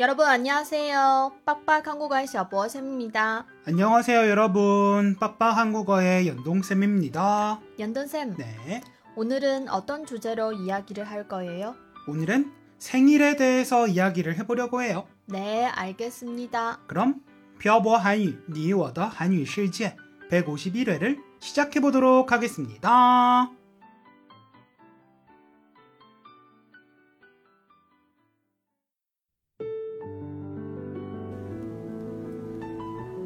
여러분 안녕하세요. 빡빡 한국어의 小博쌤입니다. 안녕하세요 여러분 빡빡 한국어의 연동쌤입니다 연돈쌤, 네 오늘은 어떤 주제로 이야기를 할 거예요? 오늘은 생일에 대해서 이야기를 해보려고 해요 네, 알겠습니다. 그럼 펴보 한유 니워더 한유 실제 151회를 시작해보도록 하겠습니다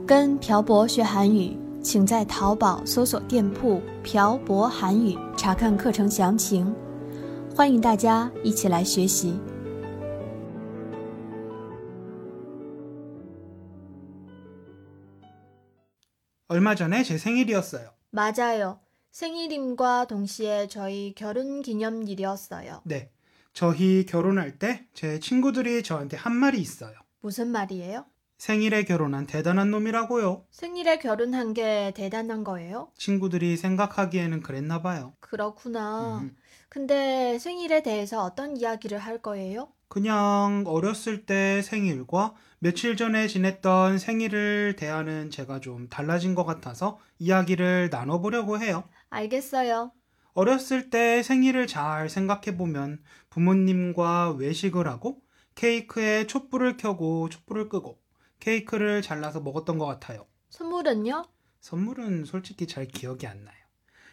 跟朴博学韩语请在淘宝搜索店铺“朴博韩语”查看课程详情。欢迎大家一起来学习。 얼마 전에 제 생일이었어요 맞아요. 생일임과 동시에 저희 결혼 기념일이었어요. 네 저희 결혼할 때 제 친구들이 저한테 한 말이 있어요 무슨 말이에요? 생일에 결혼한 대단한 놈이라고요 생일에 결혼한 게 대단한 거예요? 친구들이 생각하기에는 그랬나 봐요 그렇구나. 음. 근데 생일에 대해서 어떤 이야기를 할 거예요? 그냥 어렸을 때 생일과 며칠 전에 지냈던 생일을 대하는 제가 좀 달라진 것 같아서 이야기를 나눠보려고 해요. 알겠어요. 어렸을 때 생일을 잘 생각해보면 부모님과 외식을 하고 케이크에 촛불을 켜고 촛불을 끄고 케이크를 잘라서 먹었던 것 같아요. 선물은요? 선물은 솔직히 잘 기억이 안 나요.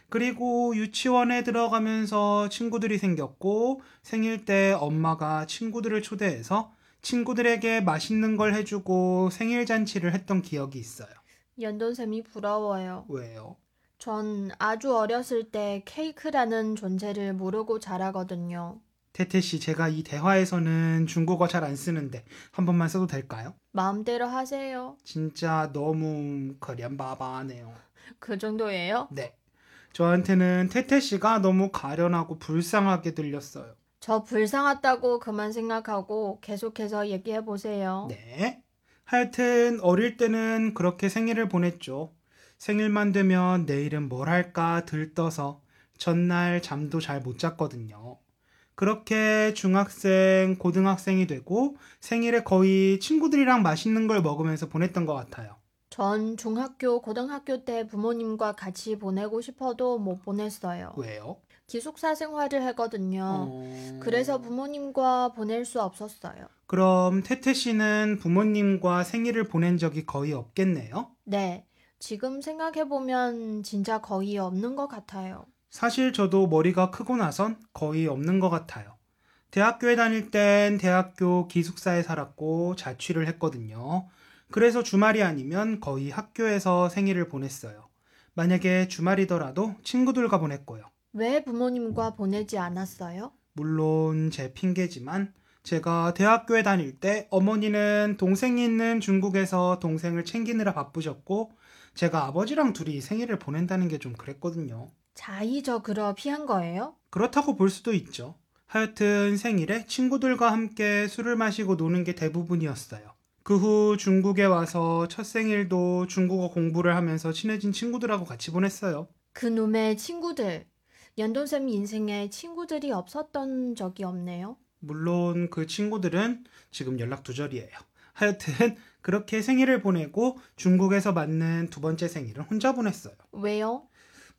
그리고 유치원에 들어가면서 친구들이 생겼고 생일 때 엄마가 친구들을 초대해서 친구들에게 맛있는 걸 해주고 생일 잔치를 했던 기억이 있어요. 연돈쌤이 부러워요. 왜요? 전 아주 어렸을 때 케이크라는 존재를 모르고 자라거든요. 태태 씨, 제가 이 대화에서는 중국어 잘 안 쓰는데 한 번만 써도 될까요? 마음대로 하세요. 진짜 너무 거련바바하네요. 그 정도예요? 네. 저한테는 태태 씨가 너무 가련하고 불쌍하게 들렸어요. 저 불쌍하다고 그만 생각하고 계속해서 얘기해 보세요. 네. 하여튼 어릴 때는 그렇게 생일을 보냈죠. 생일만 되면 내일은 뭘 할까 들떠서 전날 잠도 잘 못 잤거든요. 그렇게 중학생, 고등학생이 되고 생일에 거의 친구들이랑 맛있는 걸 먹으면서 보냈던 것 같아요. 전 중학교, 고등학교 때 부모님과 같이 보내고 싶어도 못 보냈어요. 왜요? 기숙사 생활을 하거든요. 어, 그래서 부모님과 보낼 수 없었어요. 그럼 태태 씨는 부모님과 생일을 보낸 적이 거의 없겠네요. 네. 지금 생각해보면 진짜 거의 없는 것 같아요. 사실 저도 머리가 크고 나선 거의 없는 것 같아요. 대학교에 다닐 땐 대학교 기숙사에 살았고 자취를 했거든요. 그래서 주말이 아니면 거의 학교에서 생일을 보냈어요. 만약에 주말이더라도 친구들과 보냈고요. 왜 부모님과 보내지 않았어요? 물론 제 핑계지만 제가 대학교에 다닐 때 어머니는 동생이 있는 중국에서 동생을 챙기느라 바쁘셨고 제가 아버지랑 둘이 생일을 보낸다는 게 좀 그랬거든요. 자의적으로 피한 거예요? 그렇다고 볼 수도 있죠. 하여튼 생일에 친구들과 함께 술을 마시고 노는 게 대부분이었어요. 그 후 중국에 와서 첫 생일도 중국어 공부를 하면서 친해진 친구들하고 같이 보냈어요. 그놈의 친구들. 연돈쌤 인생에 친구들이 없었던 적이 없네요. 물론 그 친구들은 지금 연락 두절이에요. 하여튼 그렇게 생일을 보내고 중국에서 맞는 두 번째 생일은 혼자 보냈어요. 왜요?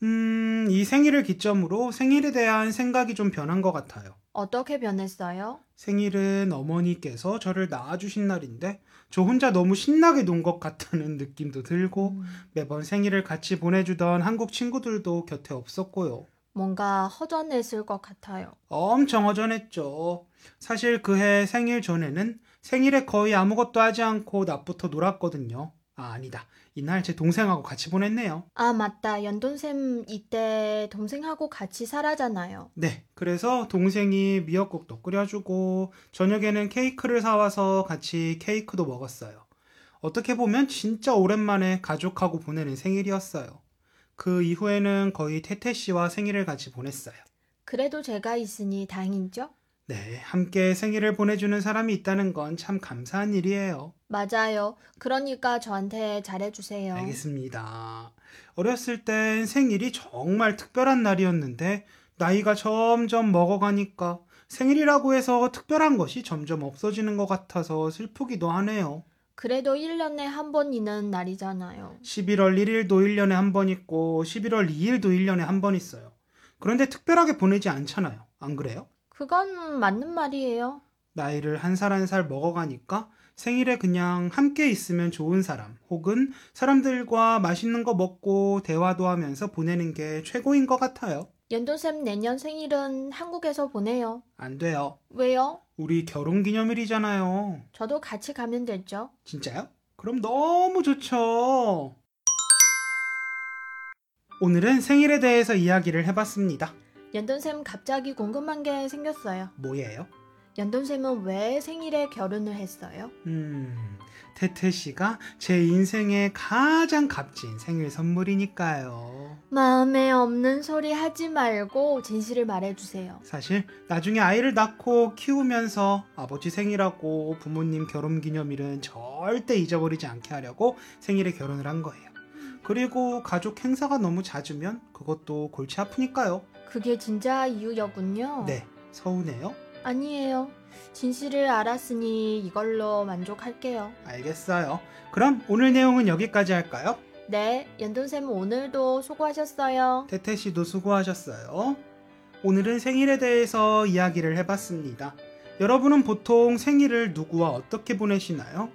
음, 이 생일을 기점으로 생일에 대한 생각이 좀 변한 것 같아요. 어떻게 변했어요? 생일은 어머니께서 저를 낳아주신 날인데 저 혼자 너무 신나게 논 것 같다는 느낌도 들고 음, 매번 생일을 같이 보내주던 한국 친구들도 곁에 없었고요. 뭔가 허전했을 것 같아요. 엄청 허전했죠. 사실 그해 생일 전에는 생일에 거의 아무것도 하지 않고 낮부터 놀았거든요. 아, 아니다. 이날 제 동생하고 같이 보냈네요. 아, 맞다. 연돈쌤 이때 동생하고 같이 살아잖아요. 네. 그래서 동생이 미역국도 끓여주고, 저녁에는 케이크를 사와서 같이 케이크도 먹었어요. 어떻게 보면 진짜 오랜만에 가족하고 보내는 생일이었어요. 그 이후에는 거의 태태 씨와 생일을 같이 보냈어요. 그래도 제가 있으니 다행이죠? 네. 함께 생일을 보내주는 사람이 있다는 건 참 감사한 일이에요. 맞아요. 그러니까 저한테 잘해주세요. 알겠습니다. 어렸을 땐 생일이 정말 특별한 날이었는데, 나이가 점점 먹어가니까 생일이라고 해서 특별한 것이 점점 없어지는 것 같아서 슬프기도 하네요. 그래도 1년에 한 번 있는 날이잖아요. 11월 1일도 1년에 한 번 있고 11월 2일도 1년에 한 번 있어요. 그런데 특별하게 보내지 않잖아요. 안 그래요? 그건 맞는 말이에요. 나이를 한 살 한 살 먹어가니까 생일에 그냥 함께 있으면 좋은 사람 혹은 사람들과 맛있는 거 먹고 대화도 하면서 보내는 게 최고인 것 같아요. 연돈쌤 내년 생일은 한국에서 보내요. 안 돼요. 왜요? 우리 결혼 기념일이잖아요. 저도 같이 가면 되죠. 진짜요? 그럼 너무 좋죠. 오늘은 생일에 대해서 이야기를 해봤습니다. 연돈쌤 갑자기 궁금한 게 생겼어요. 뭐예요? 연돈쌤은 왜 생일에 결혼을 했어요? 음, 태태 씨가 제 인생의 가장 값진 생일 선물이니까요. 마음에 없는 소리 하지 말고 진실을 말해주세요. 사실 나중에 아이를 낳고 키우면서 아버지 생일하고 부모님 결혼 기념일은 절대 잊어버리지 않게 하려고 생일에 결혼을 한 거예요. 그리고 가족 행사가 너무 잦으면 그것도 골치 아프니까요. 그게 진짜 이유였군요. 네, 서운해요. 아니에요. 진실을 알았으니 이걸로 만족할게요. 알겠어요. 그럼 오늘 내용은 여기까지 할까요? 네, 연돈쌤 오늘도 수고하셨어요. 태태 씨도 수고하셨어요. 오늘은 생일에 대해서 이야기를 해봤습니다. 여러분은 보통 생일을 누구와 어떻게 보내시나요?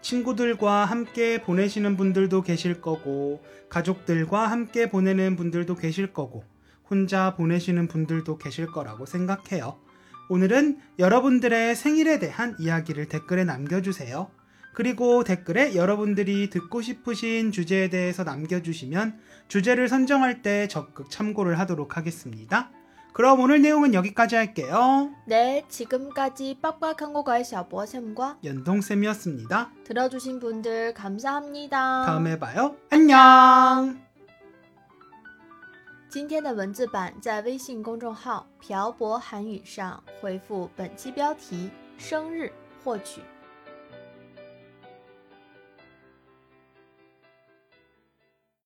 친구들과 함께 보내시는 분들도 계실 거고, 가족들과 함께 보내는 분들도 계실 거고, 혼자 보내시는 분들도 계실 거라고 생각해요. 오늘은 여러분들의 생일에 대한 이야기를 댓글에 남겨주세요. 그리고 댓글에 여러분들이 듣고 싶으신 주제에 대해서 남겨주시면 주제를 선정할 때 적극 참고를 하도록 하겠습니다. 그럼 오늘 내용은 여기까지 할게요. 네, 지금까지 빡빡한 거가의 샤보쌤과 연동쌤이었습니다. 들어주신 분들 감사합니다. 다음에 봐요. 안녕! 今天的文字版在微信公众号“漂泊韩语”上回复本期标题“生日”获取。